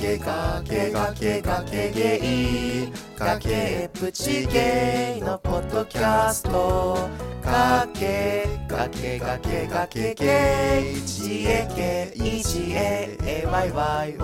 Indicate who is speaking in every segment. Speaker 1: けかけがけがけゲイかけプチゲイのポッドキャストかけかけがけがけゲイ GAKEGAAYYY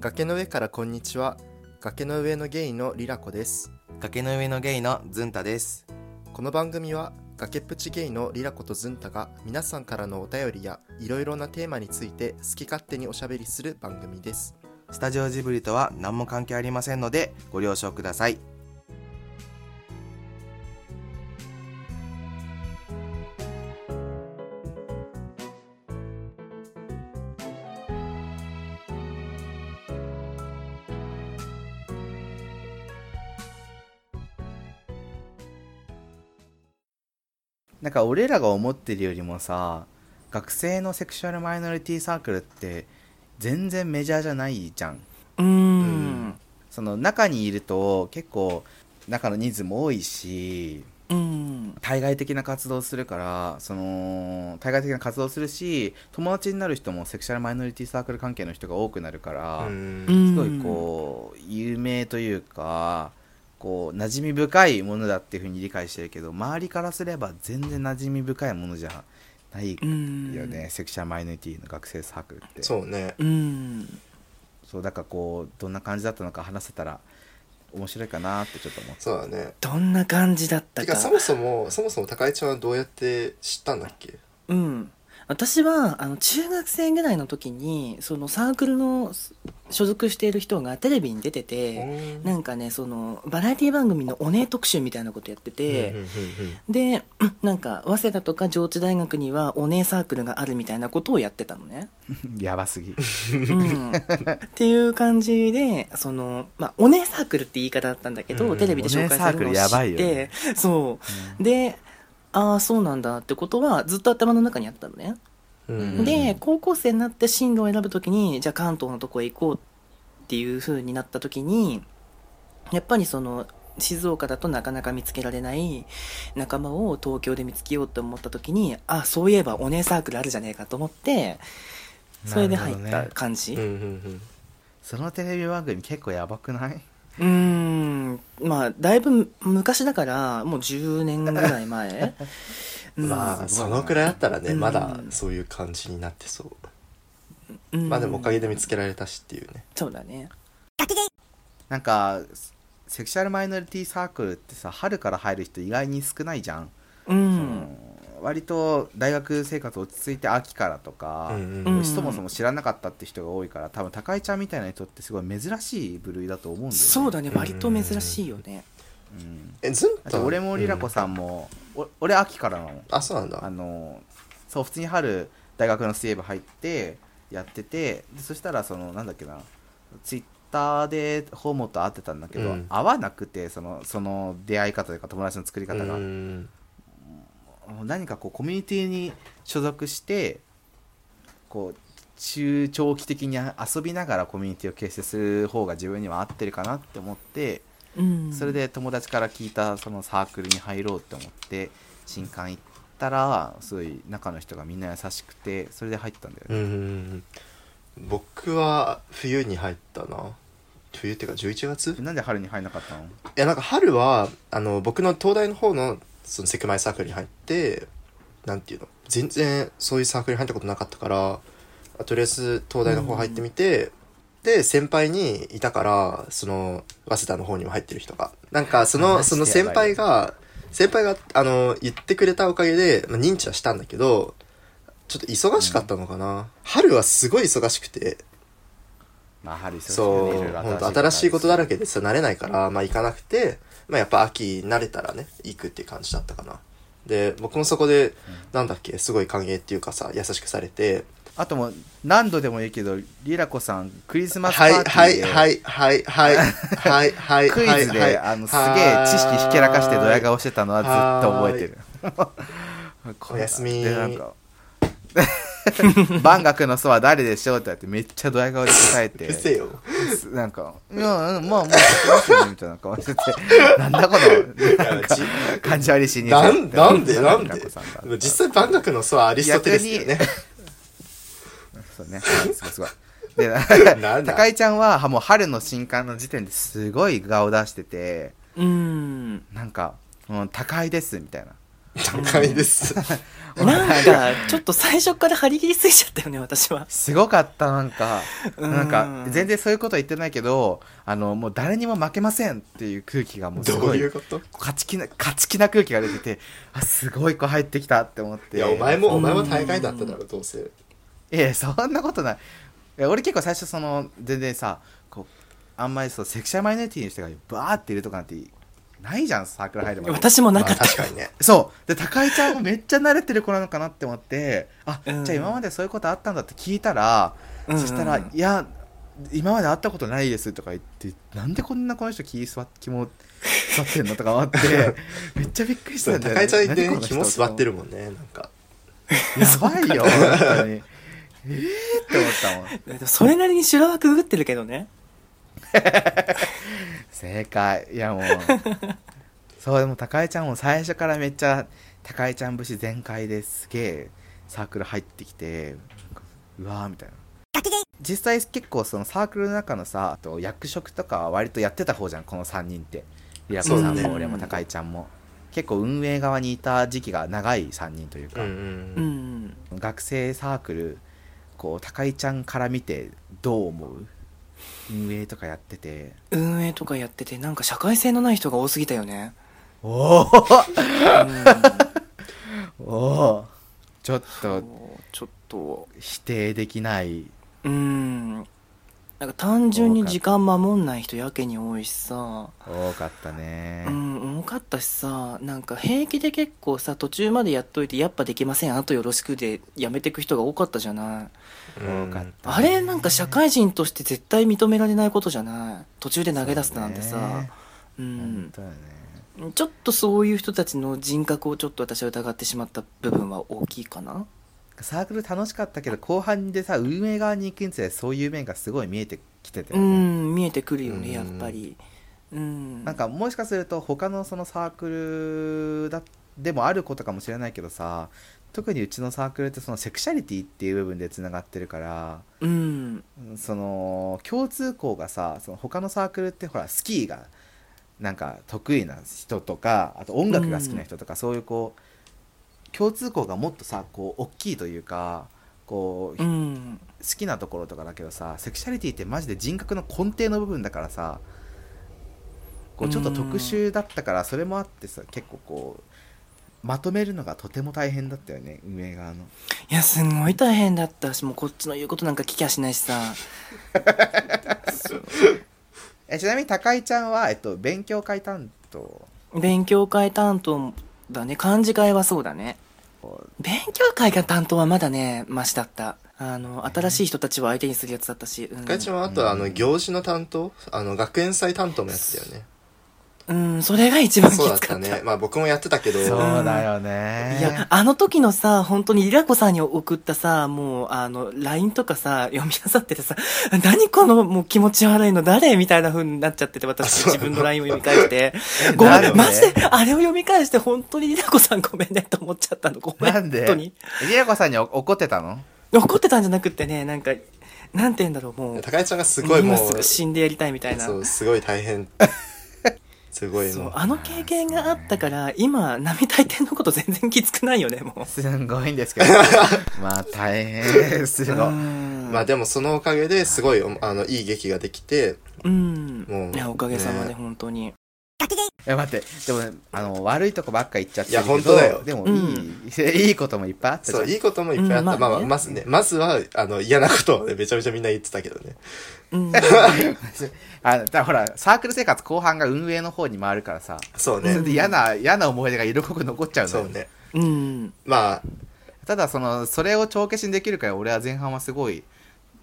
Speaker 1: 崖の上からこんにちは崖の上のゲイのリラコです
Speaker 2: 崖の上のゲイのズンタです。
Speaker 1: この番組は崖っぷちゲイのリラコとズンタが皆さんからのお便りやいろいろなテーマについて好き勝手におしゃべりする番組です
Speaker 2: スタジオジブリとは何も関係ありませんのでご了承ください。なんか俺らが思ってるよりもさ学生のセクシュアルマイノリティサークルって全然メジャーじゃないじゃん
Speaker 3: うーん
Speaker 2: その中にいると結構中の人数も多いし
Speaker 3: うん
Speaker 2: 対外的な活動をするからその対外的な活動をするし友達になる人もセクシャルマイノリティサークル関係の人が多くなるから、
Speaker 1: ん
Speaker 2: すごいこう有名というかこう馴染み深いものだっていうふうに理解してるけど周りからすれば全然馴染み深いものじゃないよ
Speaker 3: ううん
Speaker 2: ね、セクシャルマイノリティの学生サークルって。
Speaker 1: そうね
Speaker 3: うん
Speaker 2: そうだからこうどんな感じだったのか話せたら面白いかなってちょっと思って
Speaker 1: そうだね
Speaker 3: どんな感じだった
Speaker 1: て
Speaker 3: か
Speaker 1: かそもそもそもそも高井ちゃんはどうやって知ったんだっけ
Speaker 3: うん私はあの中学生ぐらいの時にそのサークルのす所属している人がテレビに出てて
Speaker 1: な
Speaker 3: なんかねそのバラエティ番組のお姉特集みたいなことやってて、で なんか早稲田とか上智大学にはお姉サークルがあるみたいなことをやってたのね、
Speaker 2: やばすぎ
Speaker 3: うん、っていう感じでその、まあ、お姉サークルって言い方だったんだけど、
Speaker 1: うん
Speaker 3: テレビで紹介するのを知
Speaker 2: お姉サークルやば
Speaker 3: っ
Speaker 2: いよ
Speaker 3: て、
Speaker 2: ね
Speaker 3: そうでああそうなんだってことはずっと頭の中にあったのね、
Speaker 2: うん
Speaker 3: で高校生になって進路を選ぶときにじゃあ関東のとこへ行こうっていう風になったときにやっぱりその静岡だとなかなか見つけられない仲間を東京で見つけようと思ったときにあそういえばお姉サークルあるじゃねえかと思ってそれで入っ
Speaker 2: なるほど
Speaker 3: た
Speaker 2: ね
Speaker 3: 感じ、
Speaker 2: そのテレビ番組結構やばくないう
Speaker 3: ーんまあだいぶ昔だからもう10年ぐらい前、う ん
Speaker 1: まあ
Speaker 2: すご
Speaker 1: そ
Speaker 2: いな
Speaker 1: のくらいだったらね
Speaker 3: うん
Speaker 1: まだそういう感じになってそう
Speaker 3: うん
Speaker 1: まあでもおかげで見つけられたしっていうね
Speaker 3: そうだね
Speaker 2: なんかセクシャルマイノリティサークルってさ春から入る人意外に少ないじゃん、
Speaker 3: う
Speaker 2: そ
Speaker 3: ん
Speaker 2: の割と大学生活落ち着いて秋からとか、
Speaker 1: うん
Speaker 3: うん
Speaker 2: そもそも知らなかったって人が多いから多分高井ちゃんみたいな人ってすごい珍しい部類だと思うんだよね
Speaker 3: そうだね割と珍しいよね
Speaker 2: うん
Speaker 1: えずん
Speaker 2: だって俺もりらこさんも、お俺秋からなの
Speaker 1: あそうなんだ
Speaker 2: あのそう普通に春大学の水泳部入ってやっててでそしたらそのなんだっけなツイッターでホモと会ってたんだけど、
Speaker 1: うん
Speaker 2: 会わなくてそのその出会い方というか友達の作り方が、
Speaker 1: うん
Speaker 2: 何かこうコミュニティに所属してこう中長期的に遊びながらコミュニティを形成する方が自分には合ってるかなって思って、
Speaker 3: うん
Speaker 2: それで友達から聞いたそのサークルに入ろうって思って新刊行ったらすごい中の人がみんな優しくてそれで入ったんだよ
Speaker 1: う
Speaker 2: ね、
Speaker 1: ん僕は冬に入ったな冬っていうか11月
Speaker 2: なんで春に入んなかった
Speaker 1: い
Speaker 2: の
Speaker 1: やなんか春はあの僕の東大の方のそのセクマイサークルに入ってなんていうの全然そういうサークルに入ったことなかったからあとりあえず東大の方入ってみて、で先輩にいたからその早稲田の方にも入ってる人がなんかそ
Speaker 2: マ
Speaker 1: の
Speaker 2: ジ
Speaker 1: その
Speaker 2: でや
Speaker 1: 先
Speaker 2: ばい
Speaker 1: 輩が先輩があの言ってくれたおかげで、まあ、認知はしたんだけどちょっと忙しかったのかな、春はすごい忙しくて
Speaker 2: まあ春忙しいよね
Speaker 1: そう、
Speaker 2: いろいろ
Speaker 1: 本当新しいことだら
Speaker 2: け
Speaker 1: けでさ、慣れないから、まあ行かなくて、まあやっぱ秋慣れたらね、行くっていう感じだったかな。で、僕もそこで、なんだっけ、すごい歓迎っていうかさ、優しくされて、
Speaker 2: あともう何度でもいいけどりらこさんクリスマスパ
Speaker 1: はい、
Speaker 2: ーティ
Speaker 1: は
Speaker 2: ー
Speaker 1: い、
Speaker 2: で、
Speaker 1: はい、はい、はい、はい、はい、
Speaker 2: クイズで、
Speaker 1: はい
Speaker 2: あのすげえ知識ひけらかしてドヤ。顔 してたのはずっと覚えてる
Speaker 1: おやすみ
Speaker 2: でなんか「万学の祖は誰でしょう?」って言ってめっちゃドヤ顔で答え
Speaker 1: う
Speaker 2: て
Speaker 1: るせえよ
Speaker 2: なんか「いやうんまあもう知ってますよね」みたいな顔してて「なんだこのなんか
Speaker 1: いやち
Speaker 2: 感じ悪いし に
Speaker 1: なんなんでなんで
Speaker 2: かこさんだ
Speaker 1: 実際万学の祖はアリストテレスだよね
Speaker 2: そうね。すごいすごい。で、
Speaker 1: なんだ
Speaker 2: 高井ちゃんは、はもう春の新刊の時点ですごい顔出してて、
Speaker 3: うん。
Speaker 2: なんか、うん、高井です、みたいな。
Speaker 1: 高い です
Speaker 3: なんか、ちょっと最初から張り切りすぎちゃったよね、私は。
Speaker 2: すごかった、なんか。
Speaker 3: うん
Speaker 2: なんか、全然そういうことは言ってないけど、あの、もう誰にも負けませんっていう空気がもうす
Speaker 1: ど
Speaker 2: ご
Speaker 1: う
Speaker 2: い、
Speaker 1: いうこと
Speaker 2: 勝ち気な、勝ち気な空気が出てて、あ、すごい子入ってきたって思って。
Speaker 1: いやお前も
Speaker 3: うん
Speaker 1: お前も大会だっただろどうせ
Speaker 2: いやそんなことないいや俺結構最初その全然さこうあんまりそうセクシャルマイノリティの人がバーっているとかなんてないじゃんサークル入るまで
Speaker 3: 私も
Speaker 1: まあ
Speaker 3: なかった。
Speaker 1: 確かにね
Speaker 2: そうで高井ちゃんもめっちゃ慣れてる子なのかなって思ってあ、
Speaker 3: うん
Speaker 2: じゃあ今までそういうことあったんだって聞いたら、
Speaker 3: うんうん
Speaker 2: そしたら「いや今まで会ったことないです」とか言ってなんでこんなこの人気座っ気も座ってんのとか思って めっちゃびっくりし
Speaker 1: そ
Speaker 2: た
Speaker 1: うん
Speaker 2: だよ
Speaker 1: 高
Speaker 2: ね
Speaker 1: いちゃんい
Speaker 2: 何
Speaker 1: て
Speaker 2: この人
Speaker 1: 肝座ってるもんねなんか
Speaker 2: やばいよ本当にえーって思ったもん
Speaker 3: でもそれなりに修羅はくぐってるけどね。
Speaker 2: 正解いやもうそうでも高井ちゃんも最初からめっちゃ高井ちゃん節全開ですげえサークル入ってきてうわーみたいな実際結構そのサークルの中のさあと役職とかは割とやってた方じゃんこの3人ってリアコさん
Speaker 1: そうだね
Speaker 2: も俺も高井ちゃんも、結構運営側にいた時期が長い3人という
Speaker 1: う
Speaker 2: か、
Speaker 3: うんん。
Speaker 2: 学生サークルこう高井ちゃんから見てどう思う運営とかやってて
Speaker 3: 運営とかやってて、なんか社会性のない人が多すぎたよね。
Speaker 2: おお
Speaker 3: うん。
Speaker 2: おおちょっと
Speaker 3: そうちょっと、
Speaker 2: 否定できない
Speaker 3: うん。なんか単純に時間守んない人やけに多いしさ。
Speaker 2: 多かったね
Speaker 3: うん、多かったしさ、なんか平気で結構さ、途中までやっといて、やっぱできません、あとよろしくでやめてく人が多かったじゃない。
Speaker 1: うん
Speaker 2: 多かった
Speaker 3: あれなんか社会人として絶対認められないことじゃない途中で投げ出すなんて
Speaker 2: そ
Speaker 3: さ
Speaker 2: うね
Speaker 3: う、
Speaker 2: 本
Speaker 3: ん、
Speaker 2: 当だね
Speaker 3: ちょっとそういう人たちの人格をちょっと私は疑ってしまった部分は大きいかな
Speaker 2: サークル楽しかったけど後半でさ運営側に行くにつれそういう面がすごい見えてきてて、
Speaker 3: うん見えてくるよ
Speaker 1: うん
Speaker 3: ねやっぱりうん
Speaker 2: なんかもしかすると他のそのサークルだでもあることかもしれないけどさ特にうちのサークルってそのセクシャリティっていう部分でつながってるから
Speaker 3: うん
Speaker 2: その共通項がさその他のサークルってほらスキーがなんか得意な人とかあと音楽が好きな人とか、そういうこう共通項がもっとさこう大きいというかこう、
Speaker 3: う
Speaker 2: 好
Speaker 3: ん
Speaker 2: きなところとかだけどさセクシャリティってマジで人格の根底の部分だからさこうちょっと特殊だったからそれもあってさ結構こうまとめるのがとても大変だったよね運営側の。
Speaker 3: いやすんごい大変だったしもうこっちの言うことなんか聞きゃしないしさ
Speaker 2: えちなみに高井ちゃんは、えっと、勉強会担当
Speaker 3: 勉強会担当だね漢字会はそうだね勉強会が担当はまだねマシだったあの新しい人たちを相手にするやつだったし、うん
Speaker 1: 高いちゃんはあとはあの行事の担当あの学園祭担当のやつだよ ね
Speaker 3: うん、それが一番きつ
Speaker 1: そう
Speaker 3: か
Speaker 1: だ
Speaker 3: っ。
Speaker 1: ったたねまあ僕もやってたけど
Speaker 2: そうだよね。
Speaker 3: いや、あの時のさ、本当にリラコさんに送ったさ、もう、あの、LINE とかさ、読みなさっててさ、何この、もう気持ち悪いの誰みたいな風になっちゃってて、私
Speaker 1: そう
Speaker 3: 自分の LINE を読み返して。ごめ
Speaker 2: なんで
Speaker 3: ん、マジで、あれを読み返して、本当にリラコさんごめんねと思っちゃったの。ごめん、
Speaker 2: なん
Speaker 3: 本
Speaker 2: で
Speaker 3: 当に。
Speaker 2: りえこさんにお怒ってたの
Speaker 3: 怒ってたんじゃなくってね、なんか、なんて言うんだろう、もう、
Speaker 1: 高いちゃんがすごいも
Speaker 3: 今
Speaker 1: う
Speaker 3: すぐ死んでやりたいみたいな。
Speaker 1: そうすごい大 変すごい
Speaker 3: そ
Speaker 1: も
Speaker 3: う
Speaker 1: う
Speaker 3: あの経験があったから今並大抵のこと全 然きつくないよねもう
Speaker 2: すごいん ですけど。まあ大変すごい。
Speaker 3: うん
Speaker 1: まあでもそのおかげですごいおあのいい劇ができて
Speaker 3: うん
Speaker 1: もう
Speaker 3: いやおかげさまで
Speaker 1: ね
Speaker 3: 本当に、
Speaker 2: え、待って、でもね、あの、悪いとこばっか言っちゃってるけど。
Speaker 1: いや本当だよ
Speaker 2: でも
Speaker 3: う
Speaker 2: い
Speaker 3: ん
Speaker 2: い、いいこともいっぱいあったじゃ
Speaker 1: そ
Speaker 2: ん。
Speaker 1: ういいこともいっぱいあった、
Speaker 3: うん
Speaker 1: ま
Speaker 3: ま
Speaker 1: あ
Speaker 3: あ
Speaker 1: ま
Speaker 3: ね
Speaker 1: あまずねまずはあの嫌なことをねめちゃめちゃみんな言ってたけどね
Speaker 3: うん、
Speaker 2: あのだからほら、サークル生活後半が運営の方に回るからさ。
Speaker 1: そう
Speaker 2: それ
Speaker 1: ね
Speaker 2: で嫌な、嫌な思い出が色濃く残っちゃうの
Speaker 1: そ
Speaker 2: よ
Speaker 1: うね
Speaker 3: うん、
Speaker 1: まあ
Speaker 2: ただそのそれを帳消しにできるから俺は前半はすごい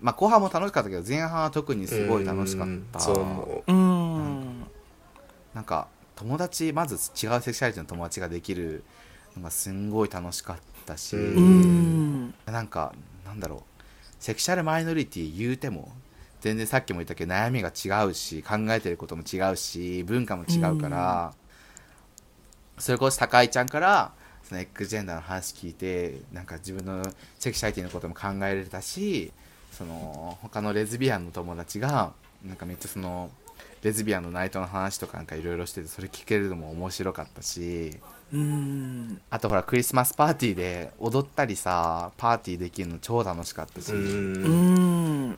Speaker 2: まあ後半も楽しかったけど前半は特にすごい楽しかっ
Speaker 1: うん
Speaker 2: た
Speaker 1: そうも
Speaker 3: う
Speaker 2: なんか友達まず違うセクシャリティの友達ができるのがすんごい楽しかったし、
Speaker 1: うん
Speaker 3: ん、
Speaker 2: なんかなんだろうセクシャルマイノリティ言うても全然さっきも言ったけど悩みが違うし考えてることも違うし文化も違うから、それこそ高井ちゃんからその X ジェンダーの話聞いてなんか自分のセクシャリティのことも考えられたしその他のレズビアンの友達がなんかめっちゃそのレズビアンのナイトの話とかなんかいろいろしててそれ聞けるのも面白かったし
Speaker 3: うん
Speaker 2: あとほらクリスマスパーティーで踊ったりさパーティーできるの超楽しかったし、
Speaker 3: うんん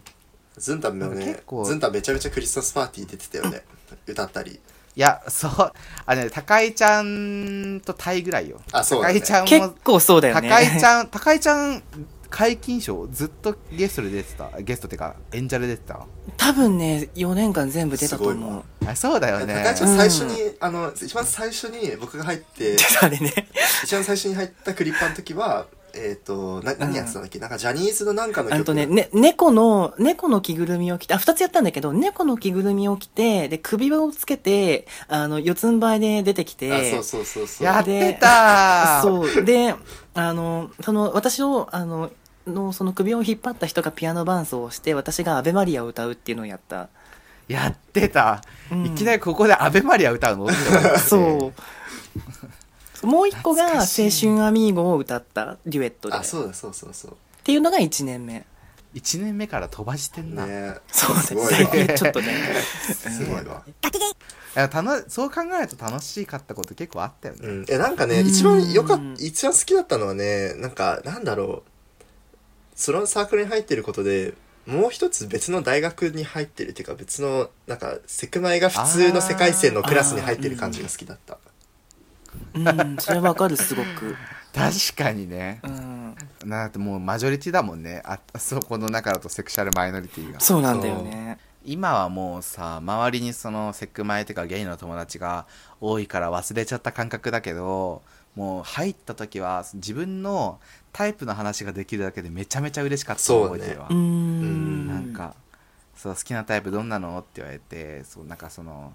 Speaker 1: ずんたんも
Speaker 2: なんか
Speaker 1: ね
Speaker 2: 結構
Speaker 1: ずんたんめちゃめちゃクリスマスパーティー出てたよね歌ったり
Speaker 2: いやそうあのね高井ちゃんとタイぐらいよ
Speaker 1: あそう
Speaker 2: 高
Speaker 1: だね
Speaker 2: 井ちゃん
Speaker 3: 結
Speaker 2: も
Speaker 3: 構そうだよね
Speaker 2: 高井ち
Speaker 3: ん
Speaker 2: ゃん高井ちゃん解禁賞ずっとゲストで出てたゲストってか演者で出てた
Speaker 3: 多分ね4年間全部出た
Speaker 1: す
Speaker 3: と
Speaker 1: ごいわ
Speaker 3: 思う
Speaker 2: あそうだよね
Speaker 1: 高井ちゃん最初に、あの一番最初に僕が入って
Speaker 3: あれね
Speaker 1: 一番最初に入ったクリッパの時はえっ、とな何やってたんだっけ、なんかジャニーズのなんかの曲
Speaker 3: あとねね、猫の、猫の着ぐるみを着て、あ、二つやったんだけど、猫の着ぐるみを着て、で、首輪をつけて、あの、四つん這いで出てきて、
Speaker 1: あそうそうそうそう
Speaker 2: やってた
Speaker 3: そう。で、あの、その、私を、あの、の、その首を引っ張った人がピアノ伴奏をして、私がアベマリアを歌うっていうのをやった。
Speaker 2: やってた、
Speaker 3: うん
Speaker 2: いきなりここで「アベマリア」歌うのって思って
Speaker 3: そう。もう一個が、青
Speaker 2: 懐かしい
Speaker 3: 春アミーゴを歌った、デュエットで。
Speaker 1: あ
Speaker 3: っ
Speaker 1: そうだそうそうそう
Speaker 3: ていうのが1年目。
Speaker 2: 1年目から飛ばしてんな、
Speaker 1: ね
Speaker 3: そうです
Speaker 1: すごいわ
Speaker 3: ね。 ちょっとね。
Speaker 1: すごいわ
Speaker 2: いや楽そう考えると楽しかったこと結構あったよね、
Speaker 1: うん、えなんかね
Speaker 3: うん
Speaker 1: 一番よかっ一番好きだったのはねなんかなんだろうそのサークルに入ってることでもう一つ別の大学に入ってるっていうか別のなんかセクマイが普通の世界線のクラスに入ってる感じが好きだった
Speaker 3: うん、それわかる、すごく。
Speaker 2: 確かにね
Speaker 3: うん。
Speaker 2: だってもうマジョリティだもんねあそこの中だとセクシャルマイノリティが
Speaker 3: そうなんだよね。
Speaker 2: 今はもうさ周りにそのセクマイとかゲイの友達が多いから忘れちゃった感覚だけどもう入った時は自分のタイプの話ができるだけでめちゃめちゃ嬉しかった
Speaker 1: そうね
Speaker 2: 覚えてるわ
Speaker 3: うーん。
Speaker 2: なんか、そう好きなタイプどんなのって言われてそうなんかその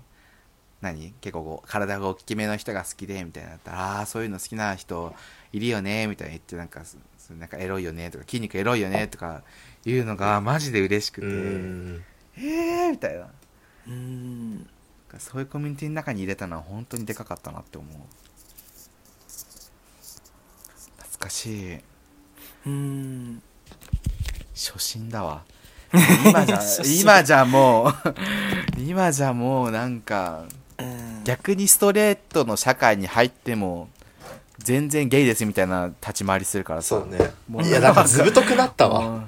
Speaker 2: 何結構こう体が大きめの人が好きでみたいになったらああーそういうの好きな人いるよねみたいに言ってなんかそそうなんかエロいよねとか筋肉エロいよねとかいうのがマジで嬉しくて、
Speaker 1: うん
Speaker 2: えーみたいな
Speaker 3: うん。
Speaker 2: そういうコミュニティの中に入れたのは本当にでかかったなって思う懐かしい
Speaker 3: うん。
Speaker 2: 初心だわ今 じゃ
Speaker 3: 初心
Speaker 2: 今じゃもう今じゃもうなんか
Speaker 3: うん
Speaker 2: 逆にストレートの社会に入っても全然ゲイですみたいな立ち回りするからさ
Speaker 1: そうね
Speaker 2: もう
Speaker 1: いやなんかずぶとくなったわ
Speaker 2: わ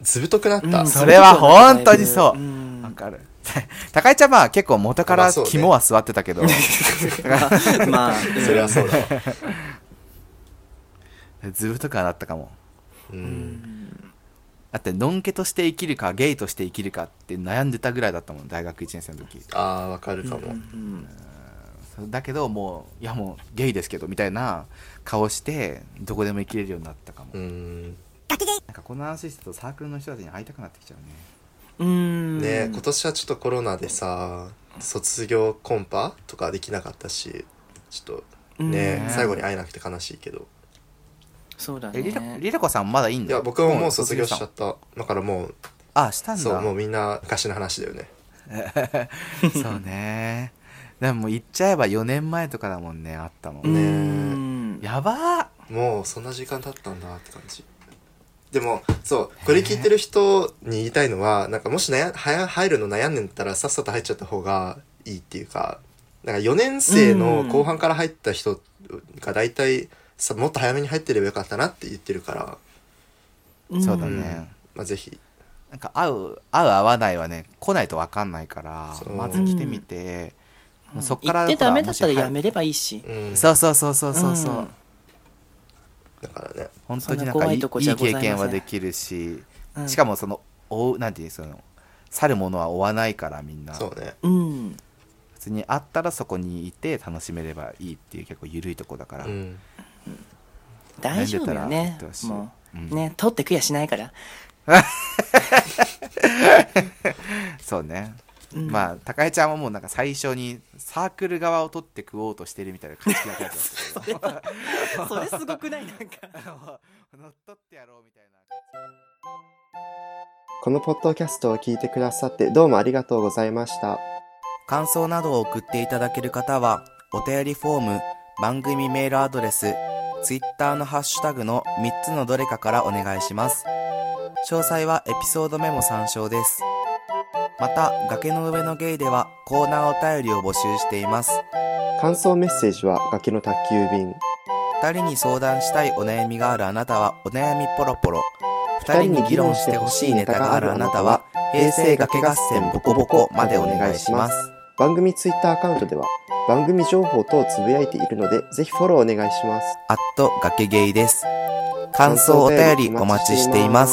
Speaker 1: ずぶとくなった、
Speaker 3: うん
Speaker 2: それは本当にそう
Speaker 3: うん
Speaker 2: わかる 高井ちゃんは結構元か
Speaker 1: ま
Speaker 2: ら
Speaker 1: あそうね
Speaker 2: 肝は座ってたけど、
Speaker 3: まあ、
Speaker 1: それはそうだわ
Speaker 2: ずぶとくはなったかも
Speaker 1: う
Speaker 3: うんん
Speaker 2: だってのんけとして生きるかゲイとして生きるかって悩んでたぐらいだったもん大学1年生の時
Speaker 1: あーわかるかも、
Speaker 3: うん
Speaker 2: そうだけどもういやもうゲイですけどみたいな顔してどこでも生きれるようになったかも、
Speaker 1: うん
Speaker 2: なんかこの話してるとサークルの人たちに会いたくなってきちゃうね
Speaker 3: うん。
Speaker 1: ね今年はちょっとコロナでさ卒業コンパとかできなかったしちょっとね
Speaker 3: うん
Speaker 1: 最後に会えなくて悲しいけど
Speaker 3: そうだ
Speaker 2: えりら
Speaker 3: ね。
Speaker 2: りらこさんまだいいん
Speaker 1: い
Speaker 2: だ
Speaker 1: や僕はもう卒業しちゃ
Speaker 2: た
Speaker 1: っただからもう
Speaker 2: あしたんだ
Speaker 1: そうもう
Speaker 2: そ
Speaker 1: みんな昔の話だよね
Speaker 2: うねでももう行っちゃえば4年前とかだもんねあったの、
Speaker 3: うん。
Speaker 2: やば
Speaker 1: もうそんな時間経ったんだって感じでもそうこれ聞いてる人に言いたいのはなんかもしなやはや入るの悩んでたらさっさと入っちゃった方がいいっていうかなんか4年生の後半から入った人が大体さもっと早めに入ってればよかったなって言ってるから、
Speaker 2: ーそうだ
Speaker 1: うん
Speaker 2: ね、
Speaker 1: まあ、ぜひ
Speaker 2: なんか会う会う会わないはね来ないと分かんないから
Speaker 1: そう
Speaker 2: まず来てみて、もうそっ
Speaker 3: 行
Speaker 2: から
Speaker 3: ってダメだったら
Speaker 2: ほ
Speaker 3: やめればいいし。
Speaker 1: うん
Speaker 2: もし入るそうそうそうそうそうそう、
Speaker 3: うん
Speaker 1: だからね
Speaker 2: 本当にな
Speaker 3: そんな
Speaker 2: んか
Speaker 3: 怖
Speaker 2: いい
Speaker 3: いとこじ
Speaker 2: い
Speaker 3: ゃ
Speaker 2: い
Speaker 3: ござい
Speaker 2: 経
Speaker 3: ません
Speaker 2: 験はできるし、
Speaker 3: うん
Speaker 2: しかもその追うなんていうその去るものは追わないからみんな
Speaker 1: そうね
Speaker 3: うん。
Speaker 2: 普通にあったらそこにいて楽しめればいいっていう結構緩いとこだから、
Speaker 1: うん
Speaker 3: 大丈夫よ
Speaker 2: 悩んでたら言
Speaker 3: ね
Speaker 2: ってほ。しい
Speaker 3: もう
Speaker 2: うん。
Speaker 3: ね、取ってくやしないから。
Speaker 2: そうね
Speaker 3: うん
Speaker 4: まあ高江ちゃんはもうなんか最初にサークル側を取って食おうとしてるみたいな感じなタイ プだった けど
Speaker 3: それすごくないなんか
Speaker 4: 乗っ取ってやろうみたいな
Speaker 1: このポッドキャストを聞いてくださってどうもありがとうございました。
Speaker 2: 感想などを送っていただける方は、お便りフォーム、番組メールアドレス、ツイッターのハッシュタグの3つのどれかからお願いします。詳細はエピソードメモ参照です。また、崖の上のゲイではコーナーお便りを募集しています。
Speaker 1: 感想メッセージは崖の宅急便。
Speaker 2: 二人に相談したいお悩みがあるあなたはお悩みポロポロ。二人に議論してほしいネタがあるあなたは、平成崖合戦ボコボコまでお願いします。
Speaker 1: 番組ツイッターアカウントでは番組情報等をつぶやいているので、ぜひフォローお願いします。
Speaker 2: アット崖ゲイです。感想お便りお待ちしています。。